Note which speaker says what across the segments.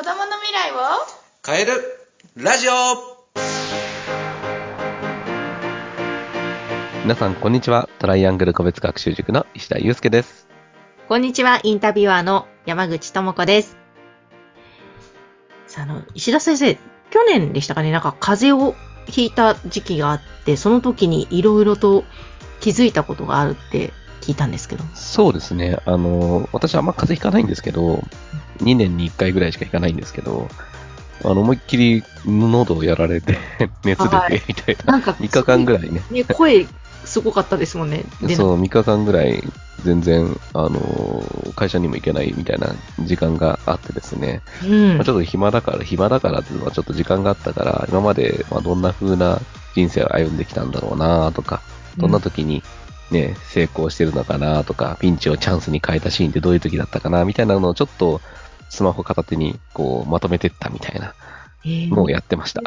Speaker 1: 未来を
Speaker 2: 変えるラジオ
Speaker 3: 皆さん、こんにちは。トライアングル個別学習塾の石田祐介です。
Speaker 1: こんにちは、インタビュアーの山口智子です。さあ、あの、石田先生、去年でしたかね、なんか風邪をひいた時期があって、その時にいろいろと気づいたことがあるって聞いたんですけど。
Speaker 3: そうですね。あの、私あんま風邪ひかないんですけど、2年に1回ぐらいしかひかないんですけど、あの、思いっきり喉をやられて、 熱出
Speaker 1: はい
Speaker 3: て、みたいな。
Speaker 1: なんか、
Speaker 3: 3日間ぐ
Speaker 1: ら
Speaker 3: らいね。
Speaker 1: い。ね、声すごかったですもんね。で
Speaker 3: そう、3日間ぐらい、全然、あの、会社にも行けないみたいな時間があってですね。
Speaker 1: うん
Speaker 3: まあ、ちょっと暇だから、暇だからっていうのはちょっと時間があったから、今までまあどんな風な人生を歩んできたんだろうなとか、どんな時に、ね、成功してるのかなとか、ピンチをチャンスに変えたシーンってどういう時だったかなみたいなのをちょっとスマホ片手にこうまとめてったみたいな
Speaker 1: えー
Speaker 3: のをやってました。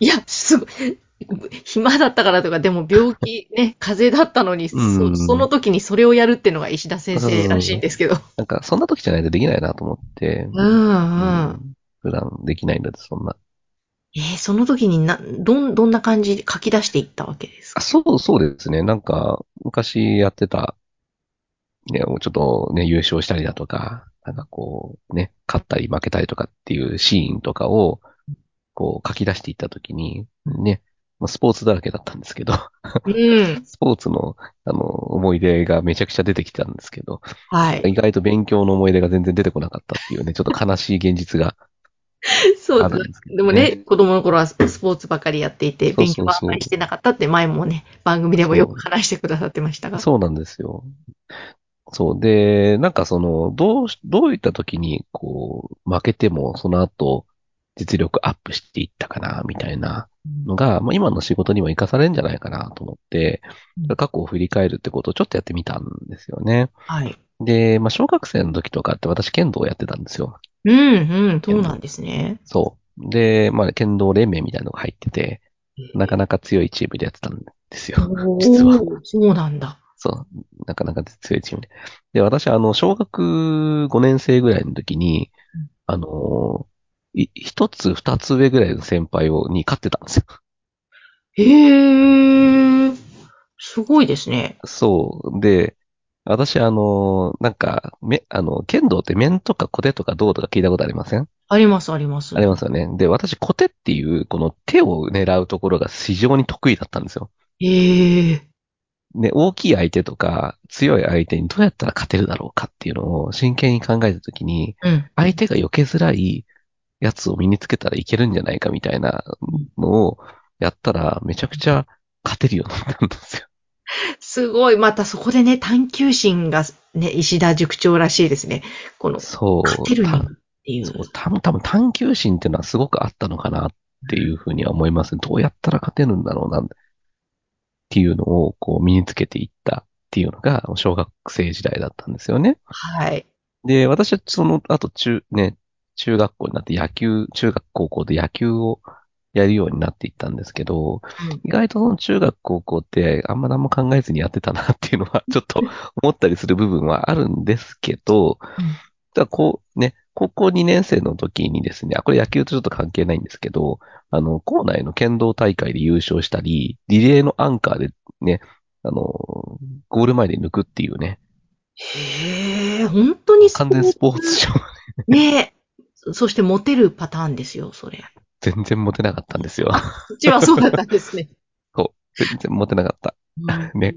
Speaker 1: いや、すごい。 暇だったからとか、でも病気、 ね、風邪だったのに、そ
Speaker 3: うん
Speaker 1: その時にそれをやるってのが石田先生らしいんですけど。
Speaker 3: なんかそんな時じゃないとできないなと思って、
Speaker 1: うんうん。
Speaker 3: 普段できないのでそんな。
Speaker 1: えーその時にな、どん、どんな感じで書き出していったわけです
Speaker 3: あ
Speaker 1: か
Speaker 3: そう、そうですね。なんか、昔やってた、ね、もうちょっとね、優勝したりだとか、なんかこう、ね、勝ったり負けたりとかっていうシーンとかを、こう書き出していったときに、ね、まあスポーツだらけだったんですけど、
Speaker 1: うん。
Speaker 3: スポーツの、あの、思い出がめちゃくちゃ出てきたんですけど、
Speaker 1: はい。
Speaker 3: 意外と勉強の思い出が全然出てこなかったっていうね、ちょっと悲しい現実が
Speaker 1: そう
Speaker 3: あ
Speaker 1: で
Speaker 3: るん
Speaker 1: す
Speaker 3: ですけど、
Speaker 1: でもね、子供の頃はススポーツばかりやってい
Speaker 3: そ
Speaker 1: て、
Speaker 3: うそう
Speaker 1: 勉
Speaker 3: そう
Speaker 1: 強はあんまりしてなかったって前もね、番組でもよく話してくださってましたが。
Speaker 3: そうなんですよ。そう。で、なんかその、どうし、どういった時に、こう、負けても、その後、実力アップしていったかな、みたいなのが、まあ、今の仕事にも活かされるんじゃないかなと思って
Speaker 1: うん、
Speaker 3: 過去を振り返るってことをちょっとやってみたんですよね。
Speaker 1: はい。
Speaker 3: で、まあ、小学生の時とかって私剣道をやってたんですよ。
Speaker 1: うん、うん、そうなんですね。
Speaker 3: そう。で、まあ、剣道連盟みたいなのが入ってて、なかなか強いチームでやってたんですよ。
Speaker 1: おー
Speaker 3: 実は。
Speaker 1: そうなんだ。
Speaker 3: そう。なかなか強いチームで。で、私、あの、小学5年生ぐらいの時に
Speaker 1: うん、
Speaker 3: あのー、い一つ二つ上ぐらいの先輩を、に勝ってたんですよ。
Speaker 1: へえ、すごいですね。
Speaker 3: そう。で、私、あのー、なんか、め、あの、剣道って面とか小手とか銅とか聞いたことありません
Speaker 1: あります、あります。
Speaker 3: ありますよね。で、私、小手っていう、この手を狙うところが非常に得意だったんですよ。
Speaker 1: へえ、
Speaker 3: ね、大きい相手とか、強い相手にどうやったら勝てるだろうかっていうのを真剣に考えたときに、
Speaker 1: うん。
Speaker 3: 相手が避けづらいやつを身につけたらいけるんじゃないかみたいなのをやったらめちゃくちゃ勝てるようになったんですよ。
Speaker 1: すごい。またそこでね、探求心がね、石田塾長らしいですね。この、
Speaker 3: そう。
Speaker 1: 勝てるよ
Speaker 3: た
Speaker 1: っていう。
Speaker 3: そうた多分探求心っていうのはすごくあったのかなっていうふうには思いますね。どうやったら勝てるんだろうなっていうのをこう身につけていったっていうのが小学生時代だったんですよね。
Speaker 1: はい。
Speaker 3: で、私はその後中、ね、中学校になって野球、中学高校で野球をやるようになっていったんですけど、
Speaker 1: うん
Speaker 3: 意外とその中学高校ってあんま何も考えずにやってたなっていうのはちょっと思ったりする部分はあるんですけど、ただこうね、高校2年生の時にですね、あこれ野球とちょっと関係ないんですけど、あの、校内の剣道大会で優勝したり、リレーのアンカーでね、あの、ゴール前で抜くっていうね、
Speaker 1: へえ、本当に
Speaker 3: 完全スポーツ 賞
Speaker 1: ねそそしてモテるパターンですよ、それ。
Speaker 3: 全然モテなかったんですよ。
Speaker 1: こっちはそうだったんですね。
Speaker 3: 全然モテなかった。
Speaker 1: う ん
Speaker 3: ね。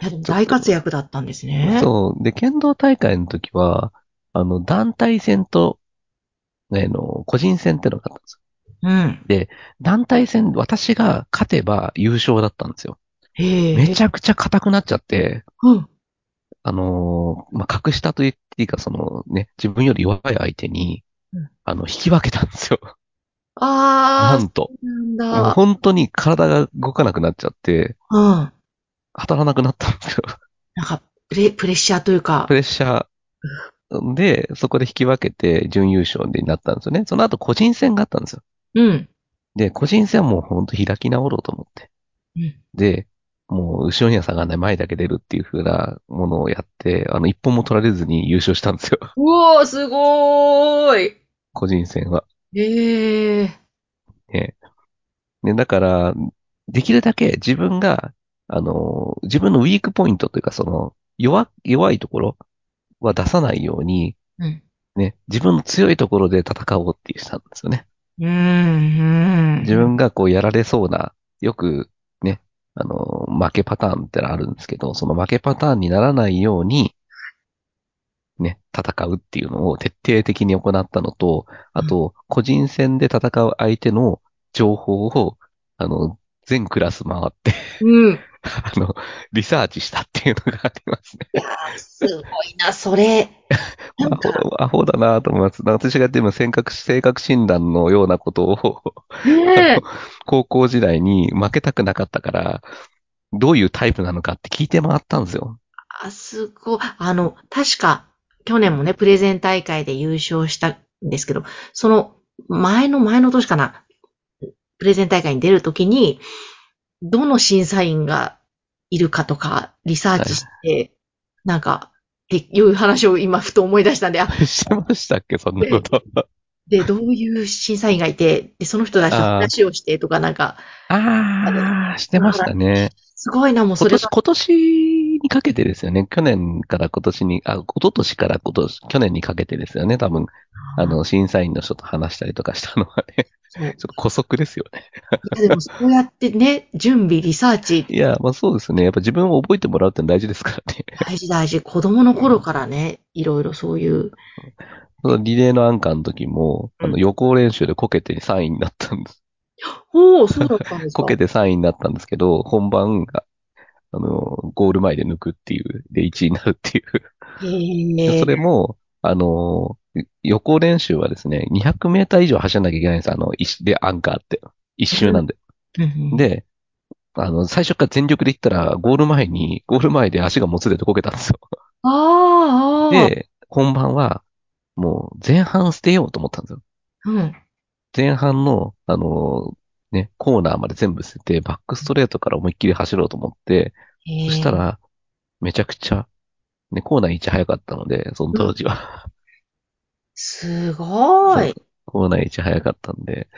Speaker 1: いや、でも大活躍だったんですね。
Speaker 3: そう。で、剣道大会の時は、あの、団体戦と、ね、あの、個人戦ってのがあったんです
Speaker 1: うん。
Speaker 3: よ。団体戦、私が勝てば優勝だったんですよ。
Speaker 1: へえ。
Speaker 3: めち
Speaker 1: ゃ、
Speaker 3: ゃくちゃ硬くなっちゃって、
Speaker 1: うん。
Speaker 3: あのーまあ、格下と言っていいか、そのね、自分より弱い相手に
Speaker 1: うん、
Speaker 3: あの、引き分けたんですよ。な
Speaker 1: あー、
Speaker 3: んと。
Speaker 1: そう
Speaker 3: もう
Speaker 1: なんだ。
Speaker 3: 本当に体が動かなくなっちゃって、
Speaker 1: うん。
Speaker 3: 当たらなくなったんですよ。
Speaker 1: なんか、プレ、プレッシャーというか
Speaker 3: プ。レッシャーで、そこで引き分けて準優勝になったんですよね。その後個人戦があったんですよ。
Speaker 1: うん。
Speaker 3: で、個人戦はもうほんと開き直ろうと思って。
Speaker 1: うん。
Speaker 3: で、もう後ろには下がらない前だけ出るっていう風なものをやって、あの、一本も取られずに優勝したんですよ。
Speaker 1: うおー、すごーい。
Speaker 3: 個人戦は。
Speaker 1: ええ
Speaker 3: ね。ね、だから、できるだけ自分が、あの、自分のウィークポイントというか、その、弱、弱いところは出さないように、
Speaker 1: うん。
Speaker 3: ね、自分の強いところで戦おうっていうしたんですよね。
Speaker 1: うん、うん。
Speaker 3: 自分がこうやられそうな、よくね、あの、負けパターンってのあるんですけど、その負けパターンにならないように、ね、戦うっていうのを徹底的に行ったのと、あと、個人戦で戦う相手の情報を、あの、全クラス回って、
Speaker 1: うん。
Speaker 3: あの、リサーチしたっていうのがありますね。
Speaker 1: すごいな、それ。 なん
Speaker 3: ア
Speaker 1: か、
Speaker 3: ホ、アホだなと思います。私がやっても性格、性格診断のようなことを、
Speaker 1: ねえ。
Speaker 3: 高校時代に負けたくなかったから、どういうタイプなのかって聞いて回ったんですよ。
Speaker 1: あ、すごい。あの、確か、去年もね、プレゼン大会で優勝したんですけど、その前の前の年かな、プレゼン大会に出るときに、どの審査員がいるかとか、リサーチして、なんか、っていう話を今ふと思い出したんで、あ、
Speaker 3: してましたっけそんなこと。
Speaker 1: で、どういう審査員がいて、で、その人たちと話をしてとか、なんか、
Speaker 3: ああ、してましたね。
Speaker 1: すごいな、もうそ
Speaker 3: 今
Speaker 1: れ
Speaker 3: 年、
Speaker 1: は。
Speaker 3: 今年にかけてですよね。去年から今年に、あ、一昨年から今年、去年にかけてですよね。多分、あの、審査員の人と話したりとかしたのはね、
Speaker 1: そう、い
Speaker 3: ちょっと古速ですよね。
Speaker 1: やでもそうやってね、準備、リサーチ、
Speaker 3: いや、まあそうですね。やっぱ自分を覚えてもらうっての大事ですからね。
Speaker 1: 大事大事。子供の頃からね、いろいろそういう。
Speaker 3: そのリレーのアンカーの時も、あ
Speaker 1: う
Speaker 3: の
Speaker 1: ん
Speaker 3: 予行練習でこけて3位になったんです。
Speaker 1: おお、そうだった んですか。
Speaker 3: こけて3位になったんですけど、本番が、あの、ゴール前で抜くっていう、で1位になるっていう。
Speaker 1: へえ。
Speaker 3: それも、あの、予行練習はですね、200メーター以上走らなきゃいけないんです。あの、一で、アンカーって。一周なんで。
Speaker 1: うんうん、
Speaker 3: で、あの、最初から全力で行ったら、ゴール前に、ゴール前で足がもつれてこけたんですよ。
Speaker 1: あーあー。
Speaker 3: で、本番は、もう前半捨てようと思ったんですよ。
Speaker 1: うん。
Speaker 3: 前半の、あの、ね、コーナーまで全部捨てて、バックストレートから思いっきり走ろうと思って、
Speaker 1: へえ
Speaker 3: そした、ら、めちゃくちゃ、ね、コーナー1早かったので、その当時は。
Speaker 1: すごい。
Speaker 3: コーナー1早かったんで、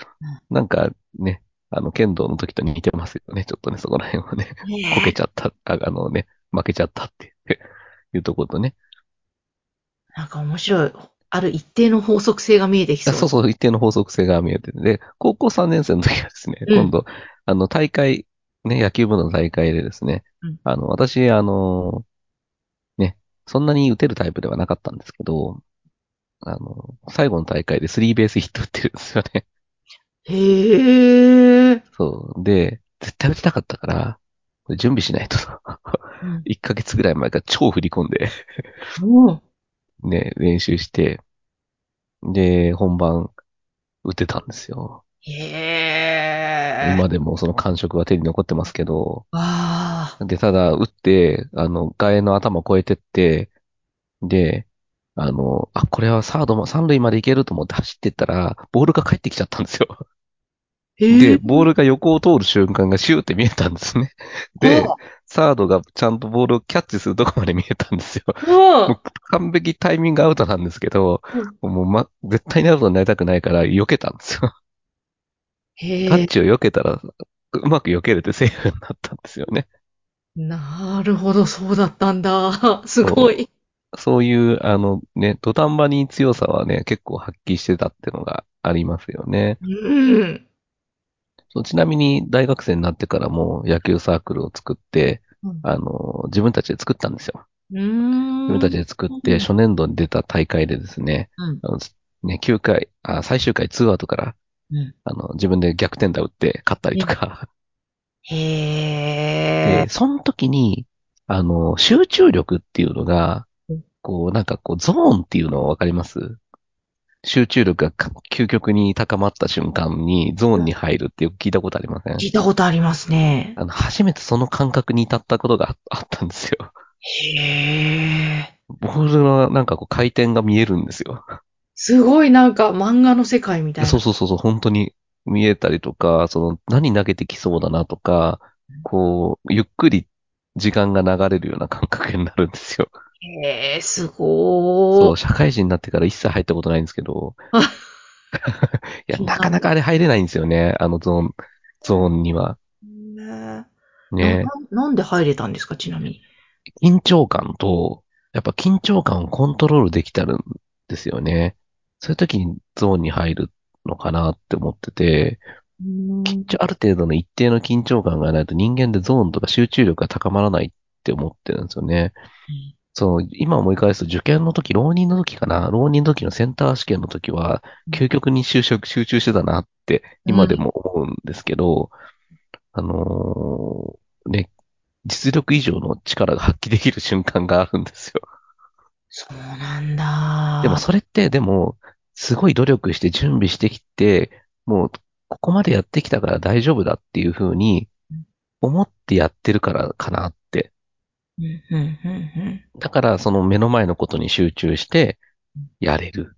Speaker 3: なんかね、あの、剣道の時と似てますよね。ちょっとね、そこら辺はね、こけ
Speaker 1: ねえ
Speaker 3: ちゃった、ああのね、負けちゃったっていういうところとね。
Speaker 1: なんか面白い。ある一定の法則性が見えてきそ
Speaker 3: あ
Speaker 1: う。
Speaker 3: そうそう、一定の法則性が見えてて、で、高校3年生の時はですね、
Speaker 1: うん
Speaker 3: 今度、あの、大会、ね、野球部の大会でですね
Speaker 1: うん、
Speaker 3: あの、私、あの、ね、そんなに打てるタイプではなかったんですけど、あの、最後の大会でスリーベースヒット打ってるんですよね。
Speaker 1: へえ。
Speaker 3: そう。で、絶対打ちたかったから、これ準備しないと。
Speaker 1: うん
Speaker 3: 1ヶ月ぐらい前から超振り込んで、
Speaker 1: おう
Speaker 3: ね、練習して、で、本番、打てたんですよ。
Speaker 1: へえ。
Speaker 3: 今でもその感触は手に残ってますけど、
Speaker 1: わあ。
Speaker 3: で、ただ、打って、あの、外野の頭越えてって、で、あの、あ、これはサードも、三塁まで行けると思って走ってったら、ボールが返ってきちゃったんですよ。
Speaker 1: へ
Speaker 3: で、
Speaker 1: え。
Speaker 3: ボールが横を通る瞬間がシューって見えたんですね。で、サードがちゃんとボールをキャッチするとこまで見えたんですよ。
Speaker 1: お
Speaker 3: もう
Speaker 1: う
Speaker 3: 完璧タイミングアウトなんですけど、もうま、絶対にアウトになりたくないから避けたんですよ。キ
Speaker 1: へ
Speaker 3: ャッ
Speaker 1: え。
Speaker 3: チを避けたら、うまく避けれてセーフになったんですよね。
Speaker 1: なるほど、そうだったんだ。すごい。
Speaker 3: そういう、あのね、土壇場に強さはね、結構発揮してたってのがありますよね。
Speaker 1: うん。
Speaker 3: そうちなみに大学生になってからも野球サークルを作って、
Speaker 1: うん
Speaker 3: あの、自分たちで作ったんですよ。
Speaker 1: うーん。
Speaker 3: 自分たちで作って、初年度に出た大会でですね、
Speaker 1: うん
Speaker 3: あのね9回あ、最終回2アウトから、
Speaker 1: うん
Speaker 3: あの、自分で逆転打打って勝ったりとか、
Speaker 1: へ
Speaker 3: で、
Speaker 1: え。
Speaker 3: その時に、あの、集中力っていうのが
Speaker 1: うん、
Speaker 3: こう、なんかこう、ゾーンっていうのわかります集中力がか究極に高まった瞬間にゾーンに入るってよく聞いたことありません
Speaker 1: 聞いたことありますね。
Speaker 3: あの、初めてその感覚に至ったことがああったんですよ。
Speaker 1: へえ。
Speaker 3: ボールのなんかこう回転が見えるんですよ。
Speaker 1: すごいなんか漫画の世界みたいな。
Speaker 3: そうそうそうそう、本当に見えたりとか、その何投げてきそうだなとか、こう、ゆっくり時間が流れるような感覚になるんですよ。
Speaker 1: へえ、すご
Speaker 3: そう、
Speaker 1: ー。
Speaker 3: 社会人になってから一切入ったことないんですけど
Speaker 1: あ、
Speaker 3: いや、なかなかあれ入れないんですよね。あのゾーン、ゾーンには。
Speaker 1: ね
Speaker 3: ね。
Speaker 1: ななんで入れたんですか、ちなみに。
Speaker 3: 緊張感と、やっぱ緊張感をコントロールできたんですよね。そういう時にゾーンに入るのかなって思ってて、緊張、ある程度の一定の緊張感がないと人間でゾーンとか集中力が高まらないって思ってるんですよね。そう、今思い返すと受験の時、浪人の時かな浪人の時のセンター試験の時は、究極に就職、集中してたなって今でも思うんですけど、あのーね、実力以上の力が発揮できる瞬間があるんですよ。
Speaker 1: そうなんだ。
Speaker 3: でもそれって、でも、すごい努力して準備してきて、もう、ここまでやってきたから大丈夫だっていうふうに、思ってやってるからかなって。
Speaker 1: うん、うん、うん、うん。
Speaker 3: だから、その目の前のことに集中して、やれる。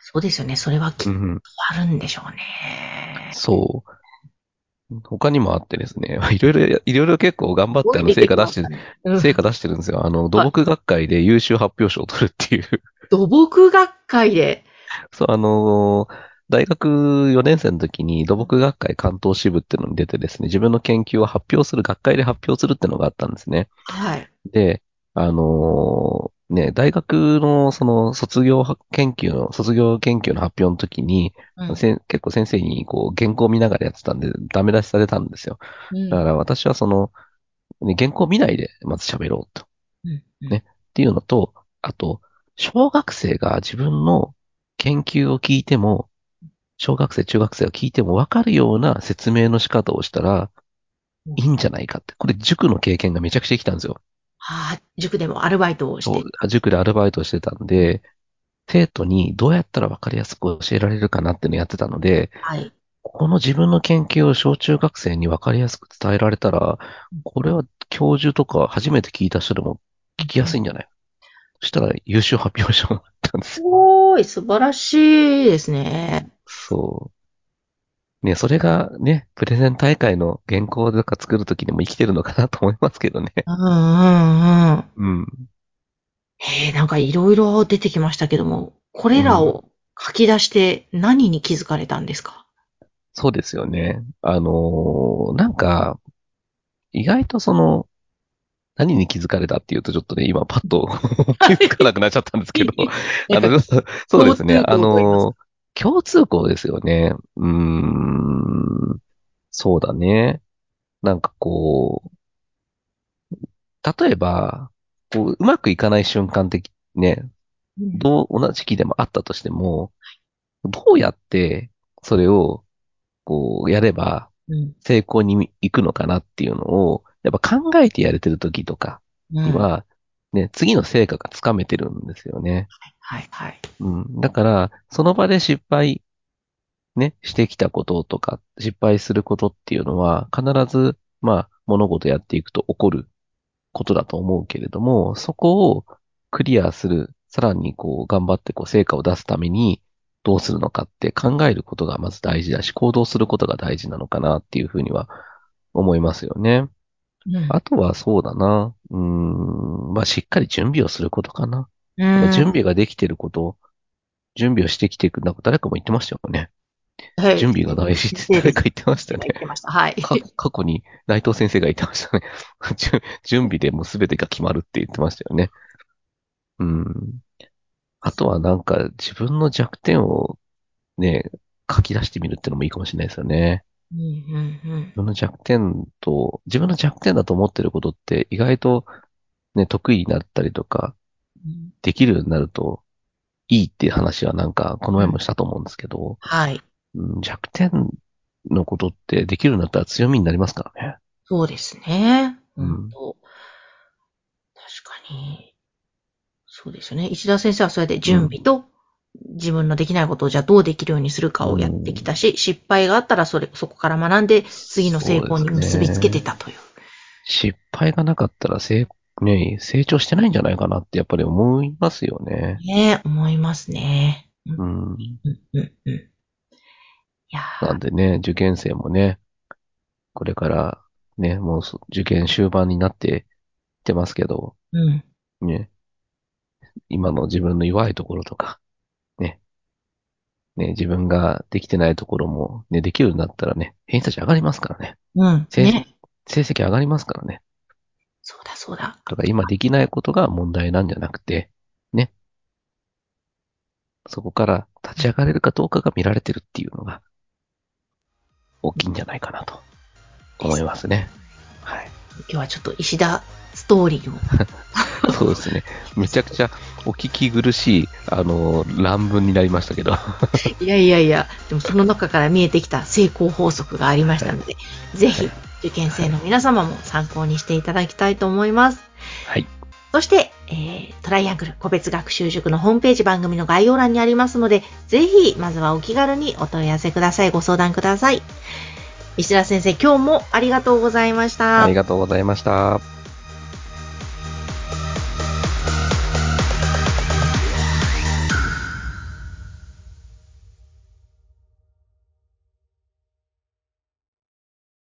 Speaker 1: そうですよね。それはき
Speaker 3: う
Speaker 1: っと
Speaker 3: ん。
Speaker 1: あるんでしょうね。
Speaker 3: そう。他にもあってですね、 いろいろや、いろいろ結構頑張って、あの、成果出して、
Speaker 1: うん
Speaker 3: 成果出してるんですよ。あの、土木学会で優秀発表賞を取るっていう。
Speaker 1: 土木学会で。
Speaker 3: そう、あのー大学4年生の時に土木学会関東支部っていうのに出てですね、自分の研究を発表する、学会で発表するっていうのがあったんですね。
Speaker 1: はい。
Speaker 3: で、あのーね、大学のその卒業研究の、卒業研究の発表の時に、
Speaker 1: うん
Speaker 3: せん結構先生にこう原稿を見ながらやってたんで、ダメ出しされたんですよ。
Speaker 1: うん
Speaker 3: だから私はその、ね原稿を見ないでまず喋ろうと。
Speaker 1: うんうん
Speaker 3: ねっていうのと、あと、小学生が自分の研究を聞いても、小学生、中学生が聞いても分かるような説明の仕方をしたら
Speaker 1: うん、
Speaker 3: いいんじゃないかって。これ塾の経験がめちゃくちゃ生きたんですよ。
Speaker 1: ああ、塾でもアルバイトをして。
Speaker 3: そう塾でアルバイトをしてたんで、生徒にどうやったら分かりやすく教えられるかなっていうのをやってたので、
Speaker 1: はい。
Speaker 3: この自分の研究を小中学生に分かりやすく伝えられたら、これは教授とか初めて聞いた人でも聞きやすいんじゃないそしたら優秀発表賞になったんです
Speaker 1: すごい、素晴らしいですね。
Speaker 3: そう。ね、それがね、プレゼン大会の原稿とか作るときにも生きてるのかなと思いますけどね。
Speaker 1: うんうんうん。
Speaker 3: うん。
Speaker 1: えー、なんかいろいろ出てきましたけども、これらを書き出して何に気づかれたんですか、
Speaker 3: そうですよね。あのーなんか、意外とその、何に気づかれたっていうとちょっとね、今パッと気づかなくなっちゃったんですけど、 あ の、そうそうですね。あ
Speaker 1: 共通項と
Speaker 3: の、共通項
Speaker 1: 言います
Speaker 3: ですよね。うーん。そうだね。なんかこう、例えば、こう、うまくいかない瞬間的、ね、
Speaker 1: うん
Speaker 3: どう、同じ期でもあったとしても、どうやって、それを、こう、やれば、
Speaker 1: うん
Speaker 3: 成功に行くのかなっていうのを、やっぱ考えてやれてる時とか
Speaker 1: うん
Speaker 3: には、ね、次の成果がつかめてるんですよね。
Speaker 1: はい、はい。
Speaker 3: うん。だから、その場で失敗、ね、してきたこととか、失敗することっていうのは、必ず、まあ、物事やっていくと起こることだと思うけれども、そこをクリアする、さらにこう、頑張ってこう、成果を出すために、どうするのかって考えることがまず大事だし、行動することが大事なのかなっていうふうには思いますよね。
Speaker 1: うん
Speaker 3: あとはそうだな。うん、まあ、しっかり準備をすることかな。
Speaker 1: うん
Speaker 3: 準備ができてること、準備をしてきていく、なんか誰かも言ってましたよね。
Speaker 1: はい
Speaker 3: 準備が大事って誰か言ってましたよね
Speaker 1: 言。ってました。はい。
Speaker 3: か過去に内藤先生が言ってましたね。 じゅ準備でもう全てが決まるって言ってましたよね。うん。あとはなんか自分の弱点をね、書き出してみるってのもいいかもしれないですよね。
Speaker 1: うんうんうん
Speaker 3: 自分の弱点と、自分の弱点だと思ってることって意外とね、得意になったりとか、
Speaker 1: うん
Speaker 3: できるようになるといいっていう話はなんかこの前もしたと思うんですけど、
Speaker 1: はい。
Speaker 3: うん弱点のことってできるようになったら強みになりますからね。
Speaker 1: そうですね。
Speaker 3: うん
Speaker 1: 本当確かに。そうですよね。石田先生はそれで準備と自分のできないことをじゃあどうできるようにするかをやってきたし、失敗があったらそれ、そこから学んで次の成功に結びつけてたという。
Speaker 3: 失敗がなかったら成、ね、成長してないんじゃないかなってやっぱり思いますよね。
Speaker 1: ね思いますね。うん
Speaker 3: うん。
Speaker 1: うんうんうん。いやー
Speaker 3: なんでね、受験生もね、これからね、もうそ受験終盤になってきてますけど、
Speaker 1: うん。
Speaker 3: ね、今の自分の弱いところとか、ね、ね、自分ができてないところも、ね、できるようになったらね、偏差値上がりますからね。
Speaker 1: うん。
Speaker 3: 成績、
Speaker 1: ね。
Speaker 3: 成績上がりますからね。
Speaker 1: そうだそうだ。
Speaker 3: だから今できないことが問題なんじゃなくて、ね。そこから立ち上がれるかどうかが見られてるっていうのが、大きいんじゃないかなと思いますね。はい。
Speaker 1: 今日はちょっと石田ストーリーを。
Speaker 3: そうですね。めちゃくちゃお聞き苦しい、あの、乱文になりましたけど。
Speaker 1: いやいやいや、でもその中から見えてきた成功法則がありましたので、ぜひ受験生の皆様も参考にしていただきたいと思います。
Speaker 3: はい。
Speaker 1: そして、えートライアングル個別学習塾のホームページ番組の概要欄にありますので、ぜひ、まずはお気軽にお問い合わせください。ご相談ください。石田先生、今日もありがとうございました。
Speaker 3: ありがとうございました。